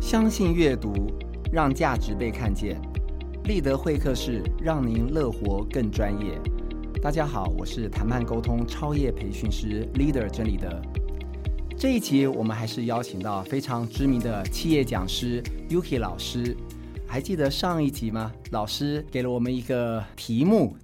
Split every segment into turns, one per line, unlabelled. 相信阅读，让价值被看见。立德会客室让您乐活更专业。大家好，我是谈判沟通超业培训师 Leader 真理德。这一集我们还是邀请到非常知名的企业讲师 Yuki 老师。还记得上一集吗？老师给了我们一个题目，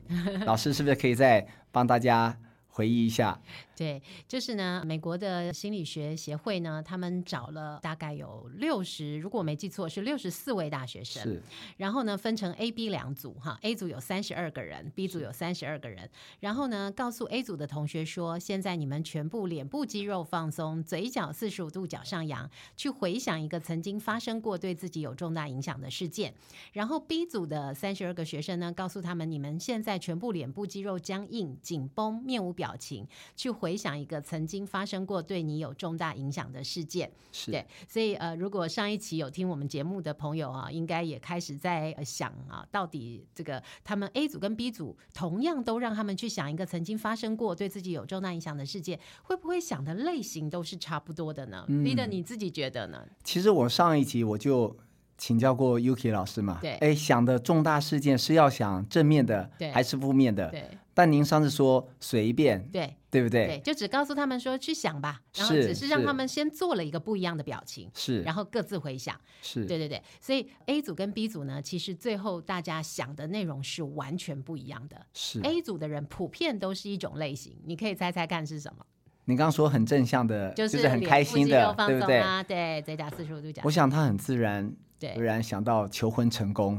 老师是不是可以再帮大家回忆一下？
对，就是呢，美国的心理学协会呢，他们找了大概有六十，如果我没记错是六十四位大学生，
是
然后呢分成 A、B 两组哈，A 组有三十二个人，B 组有三十二个人，然后呢告诉 A 组的同学说，现在你们全部脸部肌肉放松，嘴角四十五度角上扬，去回想一个曾经发生过对自己有重大影响的事件。然后 B 组的三十二个学生呢，告诉他们，你们现在全部脸部肌肉僵硬、紧绷、面无表情，去回想一个曾经发生过对你有重大影响的事件。
是
对，所以呃，如果上一期有听我们节目的朋友啊，应该也开始在、呃想啊，到底这个他们 A 组跟 B 组同样都让他们去想一个曾经发生过对自己有重大影响的事件，会不会想的类型都是差不多的呢、
嗯
l e a d e r 你自己觉得呢？
其实我上一集我就请教过 Yuki 老师嘛，
对
哎，想的重大事件是要想正面的
对
还是负面的？
对
但您上次说随便，
对
对不对？
对，就只告诉他们说去想吧，然后
是
只是让
是
他们先做了一个不一样的表情，
是
然后各自回想。
是
对对对，所以 A 组跟 B 组呢，其实最后大家想的内容是完全不一样的。
是。
A 组的人普遍都是一种类型，你可以猜猜看是什么？
你刚刚说很正向的，呃就是很
脸
开
部
心
肌
的
肉，放
对不
松
对？
啊，对，嘴角四十五度角
我，想他很自然
对
而然想到求婚成 功，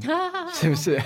是不是？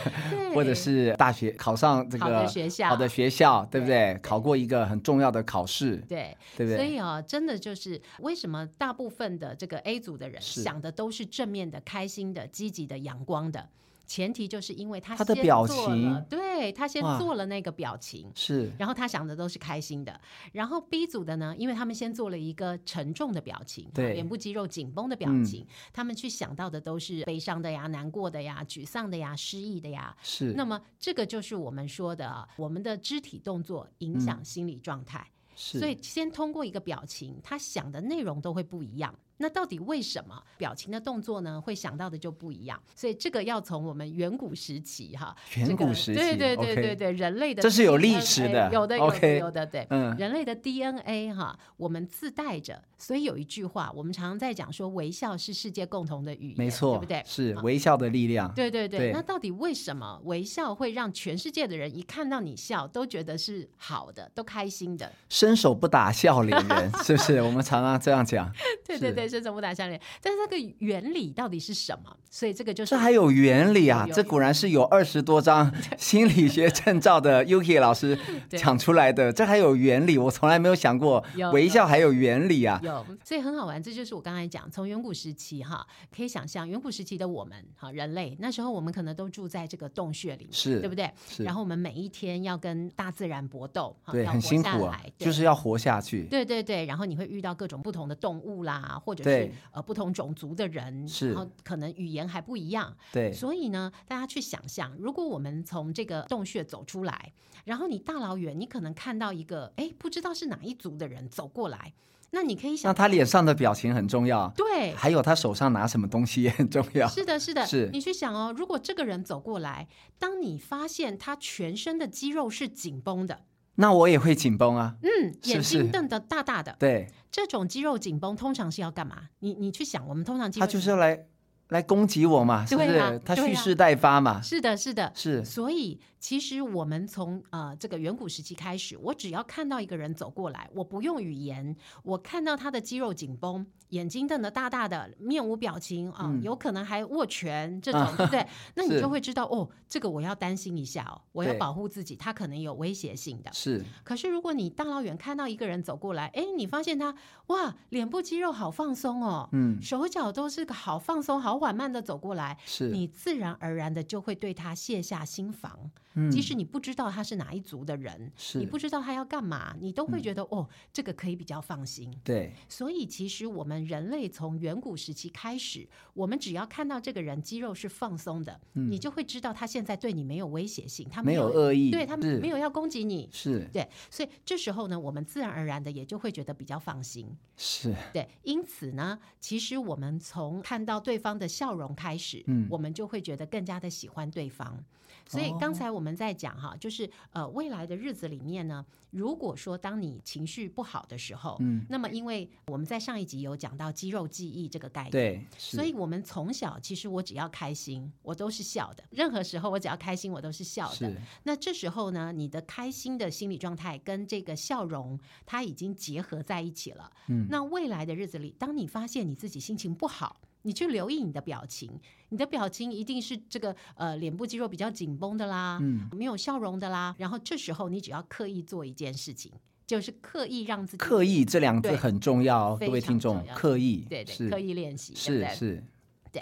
对
或者是大学考上这个
好的学校
好的学校，对不
对
对？考过一个很重要的考试，
对。
对不
所
对？
以啊、真的就是为什么大部分的这个 A 组的人
是
想的都是正面的、开心的、积极的、阳光的，前提就是因为他
他的
先
表
做了
情
对他先
哇
做了那个表情，
是
然后他想的都是开心的。然后 B 组的呢，因为他们先做了一个沉重的表情，
对嗯
脸部肌肉紧绷的表情，他们去想到的都是悲伤的呀、难过的呀、沮丧的呀、失意的呀。
是
那么这个就是我们说的啊，我们的肢体动作影响心理状态，
嗯是，
所以先通过一个表情，他想的内容都会不一样。那到底为什么表情的动作呢，会想到的就不一样？所以这个要从我们远古时期哈，
远古时期，
这个、对对
OK
对对对人类的
这是有
DNA
历史的
有的有的
OK
有的对。
嗯，
人类的 DNA 哈，我们自带着，所以有一句话，我们常常在讲说，微笑是世界共同的语言，
没错，
对不对？
是
啊
微笑的力量，
对对对。
对
那到底为什么微笑会让全世界的人一看到你笑，都觉得是好的，都开心的？
伸手不打笑脸人，是不是？我们常常这样 讲，
对
是
对对，伸手不打笑脸。但是这个原理到底是什么？所以这个就是
这还有原理啊
有！有
这果然是有二十多张心理学证照的 Yuki 老师
对
讲出来的，这还有原理，我从来没有想过
有
微笑还有原理啊！
有，所以很好玩。这就是我刚才讲，从远古时期哈，可以想象远古时期的我们哈，人类那时候我们可能都住在这个洞穴里面，
是
对不对？
是
然后我们每一天要跟大自然搏斗，哈
对，
要
很
活
辛
下
苦啊
来，对
就是要活下去。
对对对，然后你会遇到各种不同的动物啦，或者是
对
呃不同种族的人，
是
然后可能语言还不一样，
对，
所以呢，大家去想象，如果我们从这个洞穴走出来，然后你大老远你可能看到一个哎不知道是哪一族的人走过来，那你可以
那
想
他脸上的表情很重要，
对。
还有他手上拿什么东西也很重要。
是的，是的，
是
你去想哦，如果这个人走过来，当你发现他全身的肌肉是紧绷的，
那我也会紧绷啊，
嗯，
是
眼
不是
睛瞪得大大的，
对
这种肌肉紧绷通常是要干嘛？你你去想，我们通常肌肉
他就是要来来攻击我嘛，是不
对啊
是？他
对啊
蓄势待发嘛，
是的，是的。
是
所以，其实我们从呃这个远古时期开始，我只要看到一个人走过来，我不用语言，我看到他的肌肉紧绷，眼睛瞪得大大的，面无表情啊、有可能还握拳这种，对不对？那你
嗯是
就会知道哦，这个我要担心一下哦，我要
对
保护自己，他可能有威胁性的。
是
可是如果你大老远看到一个人走过来，哎，你发现他哇，脸部肌肉好放松哦，
嗯
手脚都是个好放松、好好缓慢的走过来，
是
你自然而然的就会对他卸下心防。
嗯
即使你不知道他是哪一族的人，
是嗯
你不知道他要干嘛，你都会觉得、哦，这个可以比较放心。
对
所以，其实我们人类从远古时期开始，我们只要看到这个人肌肉是放松的，你就会知道他现在对你没有威胁性，他
嗯没有
有
恶意
对他
是
没有要攻击你。
是
对，所以这时候呢，我们自然而然的也就会觉得比较放心。
是
对，因此呢，其实我们从看到对方的笑容开始，
嗯
我们就会觉得更加的喜欢对方。所以
哦
刚才我们在讲哈，就是呃，未来的日子里面呢，如果说当你情绪不好的时候，
嗯，
那么因为我们在上一集有讲到肌肉记忆这个概念，
对，
所以我们从小其实我只要开心，我都是笑的。任何时候我只要开心，我都是笑的
是。
那这时候呢，你的开心的心理状态跟这个笑容，它已经结合在一起了。
嗯，
那未来的日子里，当你发现你自己心情不好，你去留意你的表情，你的表情一定是这个呃脸部肌肉比较紧绷的啦，
嗯，
没有笑容的啦。然后这时候你只要刻意做一件事情，就是刻意让自己
刻意这两个字
对
很重要哦，
非
各位
常
听
重
众，
要
刻意
对对
是
刻意练习，对不
是
对？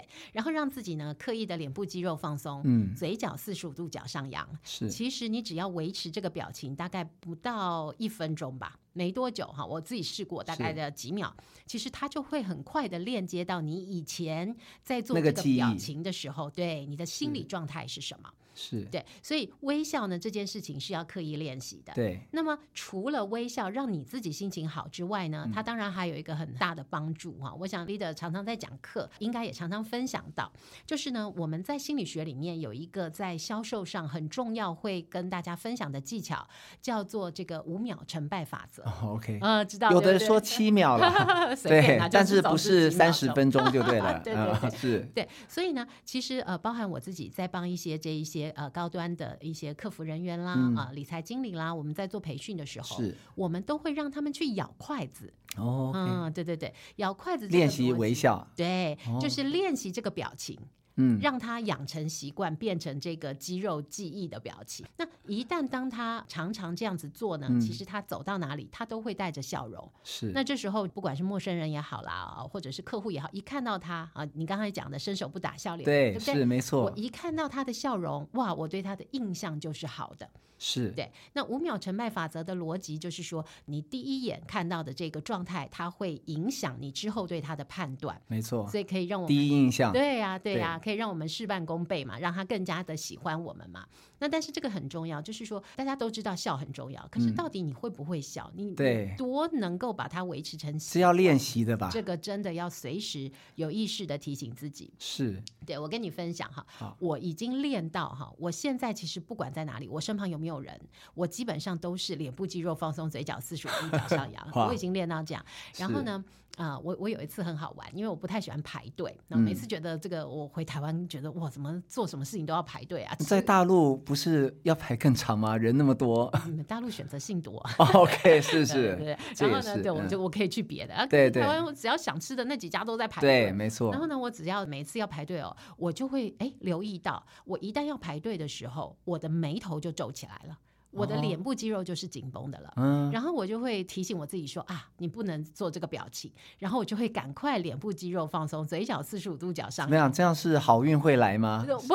是
然后让自己呢刻意的脸部肌肉放松，
嗯
嘴角四十五度角上扬。
是
其实你只要维持这个表情，大概不到一分钟吧，没多久哈。我自己试过，大概的几秒，其实它就会很快的链接到你以前在做
那
这
个
个
记忆嗯
表情的时候，对你的心理状态是什么？
是，
对，所以微笑呢这件事情是要刻意练习的。
对
那么除了微笑让你自己心情好之外呢，
嗯
它当然还有一个很大的帮助哈、我想 leader 常常在讲课，应该也常常分享到，就是呢，我们在心理学里面有一个在销售上很重要会跟大家分享的技巧，叫做这个五秒成败法则。
哦，OK，
呃，知道
有的
对
人
不对，
说七秒了
随便啦
但
就是走
不
十
是
几秒
三十分钟就
，
对了
对对对
啊是
对，所以呢，其实呃，包含我自己在帮一些这一些呃高端的一些客服人员啦、啊、
嗯
理财经理啦，我们在做培训的时候，
是
我们都会让他们去咬筷子。
哦，OK，
嗯，对对对，咬筷子这个
练习
逻辑
微。笑，
对，就
哦
是练习这个表情，
嗯，
让他养成习惯，变成这个肌肉记忆的表情。那一旦当他常常这样子做呢，其
嗯
实他走到哪里，他都会带着笑容。
是
那这时候，不管是陌生人也好啦，或者是客户也好，一看到他啊，你刚才讲的伸手不打笑脸，对
对
不
是
对？
没
我
错，
一看到他的笑容，哇，我对他的印象就是好的。
是
对，那五秒成败法则的逻辑就是说，你第一眼看到的这个状态，它会影响你之后对他的判断，
没错，
所以可以让
哦
我们。
第一印象
对呀、对呀、可以让我们事半功倍嘛，让他更加的喜欢我们嘛。那但是这个很重要，就是说大家都知道笑很重要，可是
嗯
到底你会不会笑，你
对
你多能够把它维持成习
是啊要练习的吧？
这个真的要随时有意识的提醒自己。
是
对我跟你分享哈
好，，
我已经练到哈，我现在其实不管在哪里，我身旁有没有人，我基本上都是脸部肌肉放松，嘴角四十五度角上扬
哇
我已经练到这样。然后呢，啊、我我有一次很好玩，因为我不太喜欢排队，然后每
嗯
次觉得这个我回台湾觉得哇，怎么做什么事情都要排队啊？
在大陆不是要排更长吗？人那么 多
你们大陆选择性多，
，OK，是
对
是，
对
这
对。
也
然后呢，
是
对我
嗯
就我可以去别的啊，
对
可是台
对
湾我只要想吃的那几家都在排队
对，，没错
然，后呢，我只要每次要排队哦，我就会哎留意到，我一旦要排队的时候，我的眉头就皱起来了，我的
哦
脸部肌肉就是紧绷的了。
嗯，
然后我就会提醒我自己说啊，你不能做这个表情。然后我就会赶快脸部肌肉放松，嘴角四十五度角上
怎么样？这样是好运会来吗？
就 不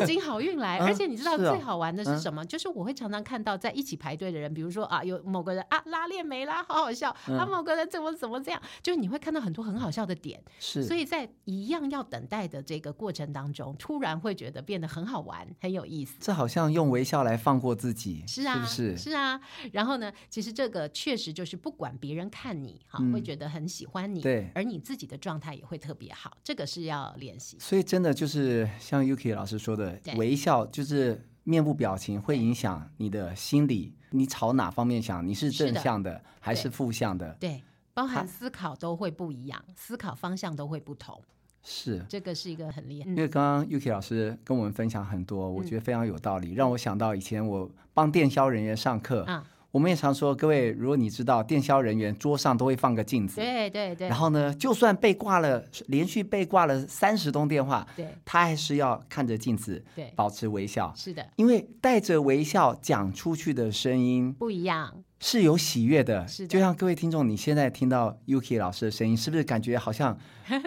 不仅好运来，
啊
而且你知道
是哦
最好玩的是
嗯
什么？就是我会常常看到在一起排队的人，比如说啊，有某个人啊拉链没拉，好好笑；啊
嗯
某个人怎么怎么这样，就是你会看到很多很好笑的点。
是，
所以在一样要等待的这个过程当中，突然会觉得变得很好玩，很有意思。
这好像用微笑来放过自己，
是啊，
不是？
啊。然后呢，其实这个确实就是不管别人看你哈，
嗯
会觉得很喜欢你，
对
而你自己的状态也会特别好，这个是要练习。
所以真的就是像 Yuki 老师说的
对，
微笑就是面部表情会影响你的心理，你朝哪方面想？你是
是的
正向的还是
对
负向的？
对，包含
它
思考都会不一样，思考方向都会不同，
是。
这个是一个很厉害。
因为刚刚 Yuki 老师跟我们分享很多，
嗯
我觉得非常有道理，让我想到以前我帮电销人员上课，
啊，
我们也常说，各位，如果你知道电销人员桌上都会放个镜子，
对对对
然，后呢，就算被挂了，连续被挂了三十通电话，
对
他还是要看着镜子，
对，
保持微笑，
是的，
因为带着微笑讲出去的声音
不一样，
是有喜悦的，
是的
就像各位听众，你现在听到 Yuki 老师的声音，是不是感觉好 像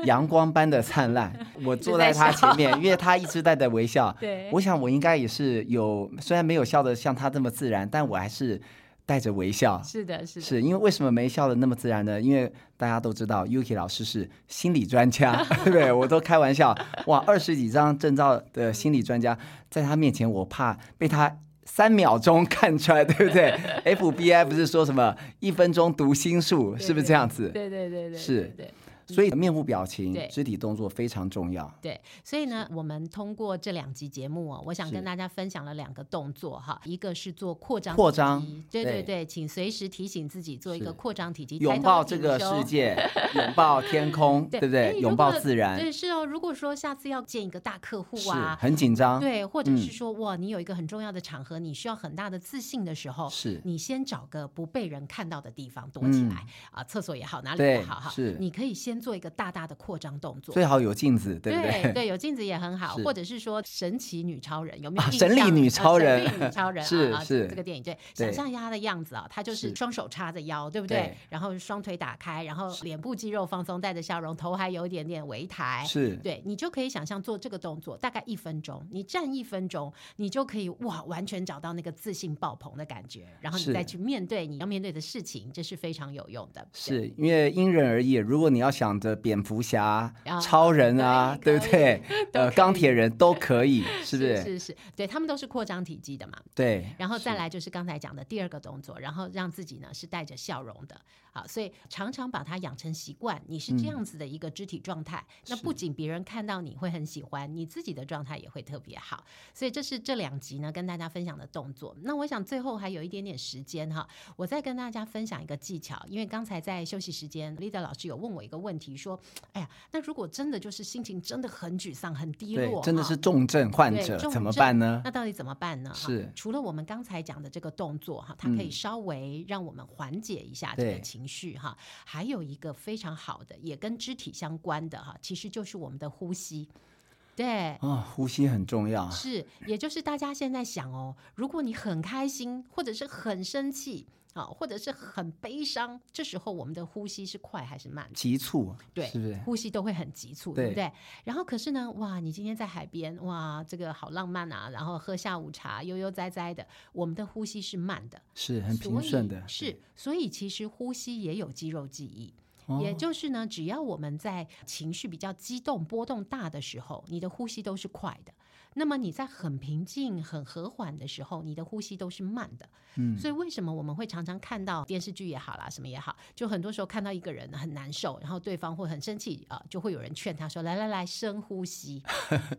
阳光般的灿烂？我坐在他前面，因为他一直带着微笑。
对
我想我应该也是有，虽然没有笑得像他这么自然，但我还是带着微笑。
是的，是的，
是因为为什么没笑的那么自然呢？因为大家都知道 Yuki 老师是心理专 家，对不对？我都开玩笑，哇，二十几张证照的心理专家，在他面前，我怕被他三秒钟看穿，对 不对？FBI 不是说什么一分钟读心术，
对
是不是这样子？
对对对对，
是
对对。
所以面部表情
对、
肢体动作非常重要。
对，所以呢，我们通过这两集节目哦，我想
是
跟大家分享了两个动作哈，一个是做扩张
扩
体
张
肌对对
对
对，请随时提醒自己做一个
是
扩张体肌，抬
拥
头
抱
挺
这个
胸
世。界， 拥抱天空，对不
哎
对？
如
拥抱
果
自然，
对，是哦。如果说下次要见一个大客户
是
啊，
很紧张，
对，或者
嗯
是说、哇，你有一个很重要的场合，你需要很大的自信的时候，
是
你先找个不被人看到的地方躲起来、啊，厕所也好，哪里也
嗯对
好哈，
是
你可以先做一个大大的扩张动作。
最好有镜子，对不
对？有镜子也很好，
是
或者是说神奇女超人有没有
啊
印象？
神力女
呃
超人
神力女超人
是
啊啊
是
这个电影对，
对
想象一下她的样子啊，她就是
是
双手叉着腰，对不对？
对
然后双腿打开，然后脸部肌肉放松，带着笑容，头还有一点点微抬。
是
对你就可以想象做这个动作，大概一分钟，你站一分钟，你就可以哇，完全找到那个自信爆棚的感觉，然后你
是
再去面对你要面对的事情，这是非常有用的。对
是因为因人而异。如果你要想着蝙蝠侠、
啊
超人啊，
可以
对不对？呃，钢铁人 都可以，是不是？
是是，对他们都是扩张体积的嘛。
对，
然后再
是
来就是刚才讲的第二个动作，然后让自己呢是带着笑容的，好，所以常常把它养成习惯，你是这
嗯
样子的一个肢体状态，那不仅别人看到你会很喜欢，你自己的状态也会特别好，所以这是这两集呢跟大家分享的动作。那我想最后还有一点点时间哈，我再跟大家分享一个技巧，因为刚才在休息时间，leader 老师有问我一个问题，说，哎呀，那如果真的就是心情真的很沮丧、很低
对
落，，
真的
哈
是重症患
对
者
重
怎么
症
办呢？
那到底怎么办呢？哈
嗯是嗯
除了我们刚才讲的这个动作哈，它可以稍微让我们缓解一下这个
对
情绪哈。还有一个非常好的，也跟肢体相关的哈，其实就是我们的呼吸。对，
啊、呼吸很重要，
嗯是，也就是大家现在想哦，如果你很开心，或者是很生气啊，或者是很悲伤，这时候我们的呼吸是快还是慢？
急促，
对，
是不是？
呼吸都会很急促，对不
对
对？然后可是呢，哇，你今天在海边，哇，这个好浪漫啊，然后喝下午茶，悠悠哉哉的，我们的呼吸是慢的，
是很平顺的，
所以是，所以其实呼吸也有肌肉记忆。
哦
也就是呢，只要我们在情绪比较激动、波动大的时候，你的呼吸都是快的；那么你在很平静、很和缓的时候，你的呼吸都是慢的。
嗯
所以为什么我们会常常看到电视剧也好啦，什么也好，就很多时候看到一个人很难受，然后对方会很生气啊、就会有人劝他说：“来来来，深呼吸。”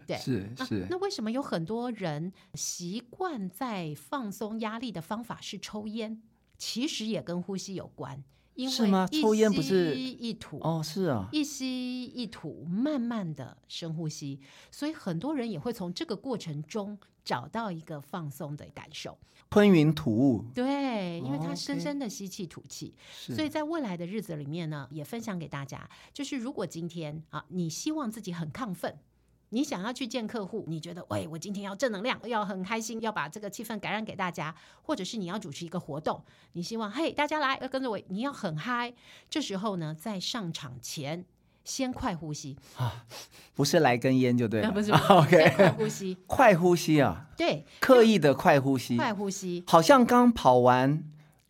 对，
是
那
是
啊嗯那为什么有很多人习惯在放松压力的方法是抽烟？其实也跟呼吸有关，因为
是吗
一
抽烟不是
吸一吐。
哦，是啊，
一吸一吐，慢慢的深呼吸，所以很多人也会从这个过程中找到一个放松的感受。
吞云吐雾，
对，因为
哦
它
，OK
深深的吸气吐气，
是
所以在未来的日子里面呢，也分享给大家，就是如果今天啊，你希望自己很亢奋。你想要去见客户，你觉得，喂，我今天要正能量，要很开心，要把这个气氛感染给大家，或者是你要主持一个活动，你希望，嘿，大家来，呃要跟着我，你要很嗨。这时候呢，在上场前，先快呼吸，
不是来根烟就对
啊
了，
不是先快
，OK，
呼吸，
快呼吸啊，
对，
刻意的快呼吸，
快呼吸，
好像刚跑完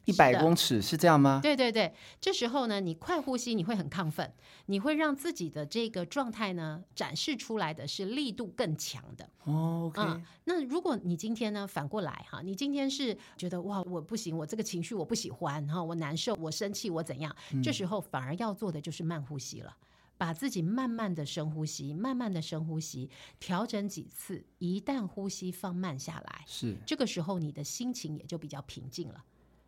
一
是
百
的
公尺是这样吗？
对对对，这时候呢，你快呼吸，你会很亢奋，你会让自己的这个状态呢展示出来的是力度更强的。
哦，OK，
嗯，那如果你今天呢反过来哈，你今天是觉得哇我不行，我这个情绪我不喜欢哈，我难受，我生气，我怎样？这时候反而要做的就是慢呼吸了。把自己慢慢的深呼吸，慢慢的深呼吸，调整几次。一旦呼吸放慢下来，
是
这个时候你的心情也就比较平静了。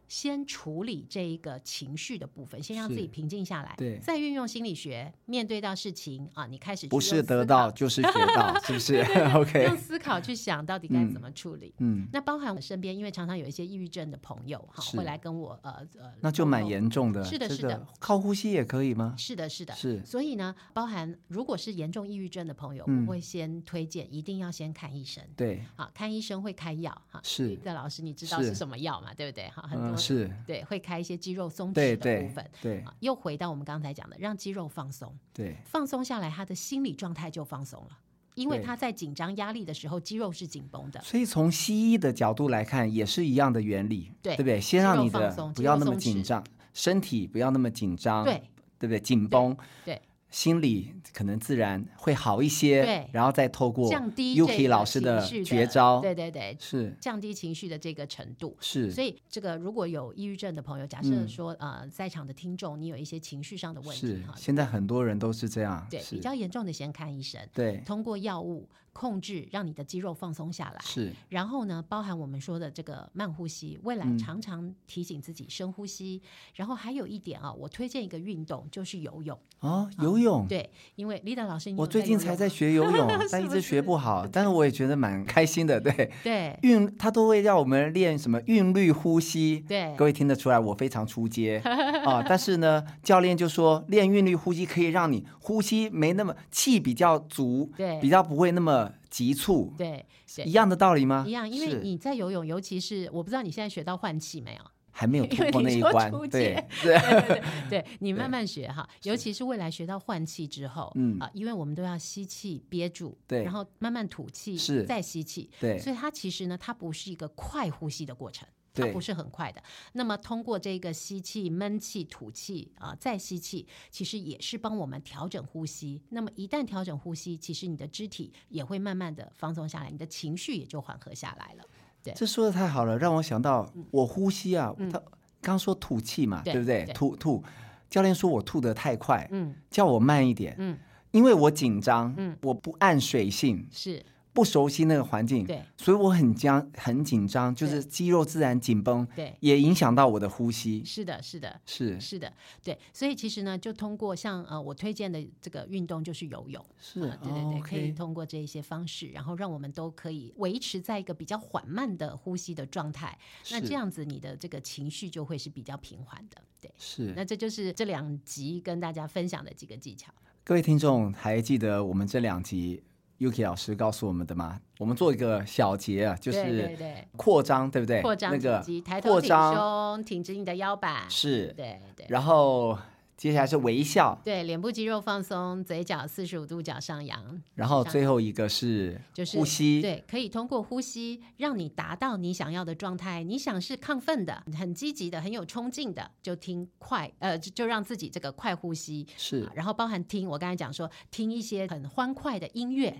先处理这一个情绪的部分，先让自己
是
平静下来，
对
再运用心理学，面对到事情啊，你开始去
不是
用
得
思
到
考，
就是学到，是不 是？OK，
用思考去想到底该
嗯
怎么处理。
嗯，
那包含我身边，因为常常有一些抑郁症的朋友哈，
是
会来跟我呃呃，
那就
沟
蛮
通
严重的。
是的
这
是的
个靠呼吸也可以吗？
是的，是的，
是
所以呢，包含如果是严重抑郁症的朋友，
嗯
我会先推荐一定要先看医生。啊
对，
好，看医生会开药哈。
是
的，老师，你知道
是
是什么药嘛？对不对？哈，很
嗯
多说，
是，
对，会开一些肌肉松
对
弛的部
对
分。
对
啊又回到我们刚才讲的，让肌肉放松，
对
放松下来，他的心理状态就放松了，因为
对
他在紧张、压力的时候，肌肉是紧绷的。
所以从西医的角度来看，也是一样的原理，
对
不对？先
肌
让
肉
你的
放松
不
肌
要
肉
那么
松
紧
弛
张，身体不要那么紧张，
对，
对不对？紧绷，
对
心理可能自然会好一些，
对
然后再透过
降低这
Yuki
个
老师
情
的
绪
绝招，
对对对，
是
降低情绪的这个程度。
是，嗯
所以，这个如果有抑郁症的朋友，假设说、呃，在场的听众你有一些情绪上的问题
是
哈，
现在很多人都是这样，
对
是
比较严重的先看医生，
对
通过药物控制让你的肌肉放松下来。
是
然后呢，包含我们说的这个慢呼吸，未
嗯
来常常提醒自己深呼吸。然后还有一点啊，我推荐一个运动，就是游泳。
哦，游泳。
对，因为 Lida 老师，你
我
有
最近
啊游泳
才在
吗
学游泳
是，
但一
不
直学
是
不好，但是我也觉得蛮开心的。对，
对
韵他都会让我们练什么韵律呼吸，
对
各位听得出来，我非常出 街啊！但是呢，教练就说练韵律呼吸可以让你呼吸没那么气比较足，
对
比较不会那么急促，
对对
一样的道理吗？
一样，因为
是
你在游泳，尤其是我不知道你现在学到换气没有。
还没有突
因为
破
你
那一
说
关
出，
对
街
对
对对对，你
对
慢慢学哈，尤其是未来学到换气之后，
嗯
啊，因为我们都要吸气憋住，
对
然后慢慢吐气，
是
再吸气，
对
所以它其实呢，它不是一个快呼吸的过程。它
对
不是很快的，那么通过这个吸气、闷气、吐气啊、再吸气，其实也是帮我们调整呼吸。那么一旦调整呼吸，其实你的肢体也会慢慢的放松下来，你的情绪也就缓和下来了。对嗯
这说的太好了，让我想到我呼吸啊，他刚说吐气嘛，
对
对不对
对？
吐吐，教练说我吐得太快，
嗯，
叫我慢一点，
嗯，
因为我紧张，
嗯，
我不按水性，
是
不熟悉那个环境，
对
所以我很僵，很紧张，就是肌肉自然紧绷，
对，
也影响到我的呼吸。
是的，是的。
是
是的，对，所以其实呢，就通过像呃我推荐的这个运动就是游泳，
是
啊对对对，
哦
可以
OK
通过这一些方式，然后让我们都可以维持在一个比较缓慢的呼吸的状态，那
是
这样子你的这个情绪就会是比较平缓的，对。
是，
那这就是这两集跟大家分享的几个技巧。
各位听众还记得我们这两集 Yuki 老师告诉我们的吗？我们做一个小结啊，就
对对
是
对，
扩张，对不对？
扩张
那
挺
个
肌，抬头
扩
挺
张
胸，挺直你的腰板。
是，
对对
然后接下来是微笑，
对，脸部肌肉放松，嘴角四十五度角上扬，
然后最后一个是
就是
呼吸，
对，可以通过呼吸让你达到你想要的状态。你想是亢奋的、很积极的、很有冲劲的，就听快呃，就就让自己这个快呼吸。
是
啊然后包含听，我刚才讲说听一些很欢快的音乐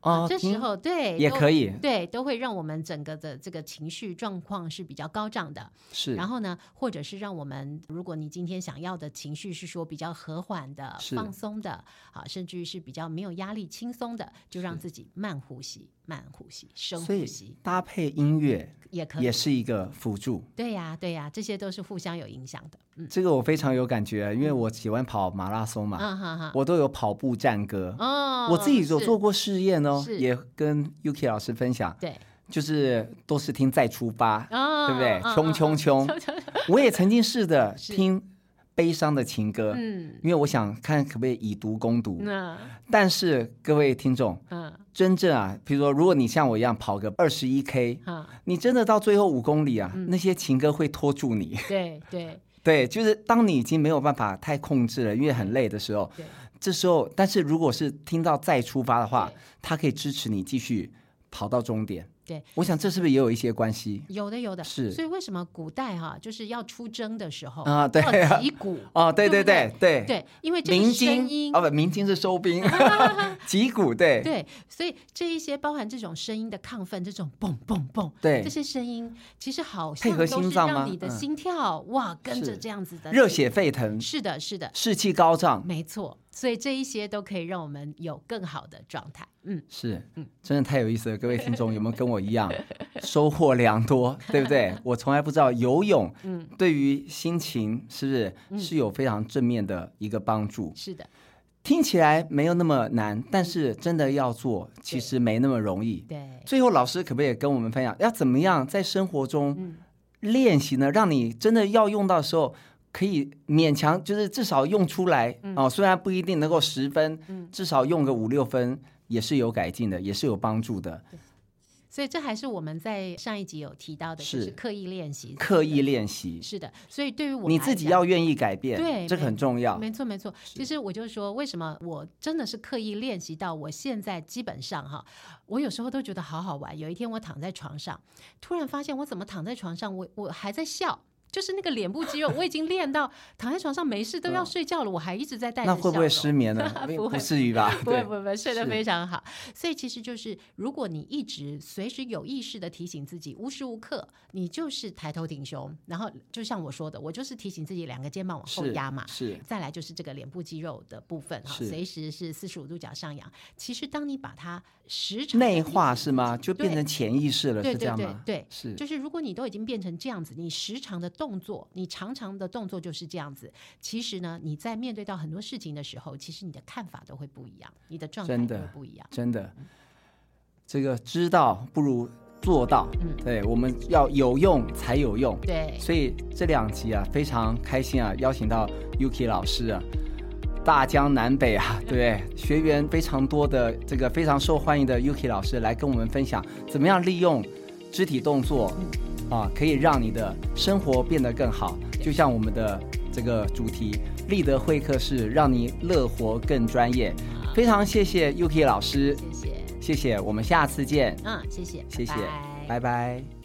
啊
哦，
这时
听
候对
也
都
可以，
对都会让我们整个的这个情绪状况是比较高涨的。
是
然后呢，或者是让我们，如果你今天想要的情绪是说比较和缓的、
是
放松的，啊，甚至于是比较没有压力、轻松的，就让自己慢呼吸、慢呼吸、深
所
呼
以
吸
搭配音乐
也可以
也。是一个辅助。
对呀、对呀、这些都是互相有影响的。嗯，
这个我非常有感觉，因为我喜欢跑马拉松嘛，
啊哈哈，
我都有跑步战歌。
哦，
我自己有
是
做过试验哦，
是
也跟 Yuki 老师分享，
对，
就是都是听再出发，
哦，
对不对？
嗯
冲，冲冲！我也曾经试着
是
听悲伤的情歌，
嗯，
因为我想看可不可以以毒攻毒。
那
但是各位听众，
嗯
真正啊，比如说，如果你像我一样跑个二十一 K，
啊，
你真的到最后五公里啊，那些情歌会拖住你。
对对
对，就是当你已经没有办法太控制了，因为很累的时候，
对
这时候，但是如果是听到再出发的 话
对，
它可以支持你继续跑到终点。
对，
我想这是不是也有一些关系
有的有的，
是
所以为什么古代哈、就是要出征的时候
啊对
要击鼓，
哦，对
对不
对对，
对，因为这
鸣
个声
金
音
哦，不，鸣金是收 兵，击鼓对
对，所以这一些包含这种声音的亢奋，这种蹦蹦蹦，
对
这些声音其实好
配
像
合
都
心
是
脏吗
让你的
嗯
心跳、哇跟着
是
这样子的
热，血沸腾，
是的，是的，
士气高涨，
没错，所以这一些都可以让我们有更好的状态。嗯，
是，真的太有意思了。各位听众有没有跟我一 样收获良多，对不对？我从来不知道游泳，
嗯
对于心情是不是、是有非常正面的一个帮助？
是的，
听起来没有那么难，但是真的要做，其实没那么容易。
对，
最后，老师可不可以跟我们分享，要怎么样在生活中
嗯
练习呢？让你真的要用到的时候，可以勉强，就是至少用出来、
嗯
哦。虽然不一定能够十分，至少用个五六分也是有改进的，也是有帮助的。
所以这还是我们在上一集有提到的，就是
是
刻意练习。
刻意练习，
是的，所以对于我
你
来
自己
讲
要愿意改变，
对
这个很重要。
没错，没错。其实我就说，为什么我真的是刻意练习到我现在基本上哈，我有时候都觉得好好玩。有一天我躺在床上，突然发现我怎么躺在床上，我我还在笑。就是那个脸部肌肉，我已经练到躺在床上没事都要睡觉了，我还一直在带
嗯
着
那
笑
会不会
容
失眠呢
？不
不
会
至于吧？
不会
对
不会不会，睡得
是
非常好。所以其实就是，如果你一直随时有意识的提醒自己，无时无刻你就是抬头挺胸，然后就像我说的，我就是提醒自己两个肩膀往后
是
压嘛。
是
再来就是这个脸部肌肉的部分哈，
是
随时是四十五度角上扬。其实当你把它时常地
内
提
化
醒
是吗？就变
对
成潜意识了，
对
是这
对
样
对
吗？
对，
是
就是如果你都已经变成这样子，你时常的动作，你常常的动作就是这样子。其实呢，你在面对到很多事情的时候，其实你的看法都会不一样，你的状态
真
都
的
会不一样。
真的，这个知道不如做到。
嗯
对，我们要有用才有用。
对，
所以这两集啊，非常开心啊，邀请到 Yuki 老师啊，大江南北啊，对不对？学员非常多的这个非常受欢迎的 Yuki 老师来跟我们分享，怎么样利用肢体动作啊，可以让你的生活变得更好。就像我们的这个主题，立德会客室，让你乐活更专业。非常谢谢 Yuki 老师，
谢谢，
谢谢，我们下次见，
嗯，谢谢，
谢谢，拜
拜拜
拜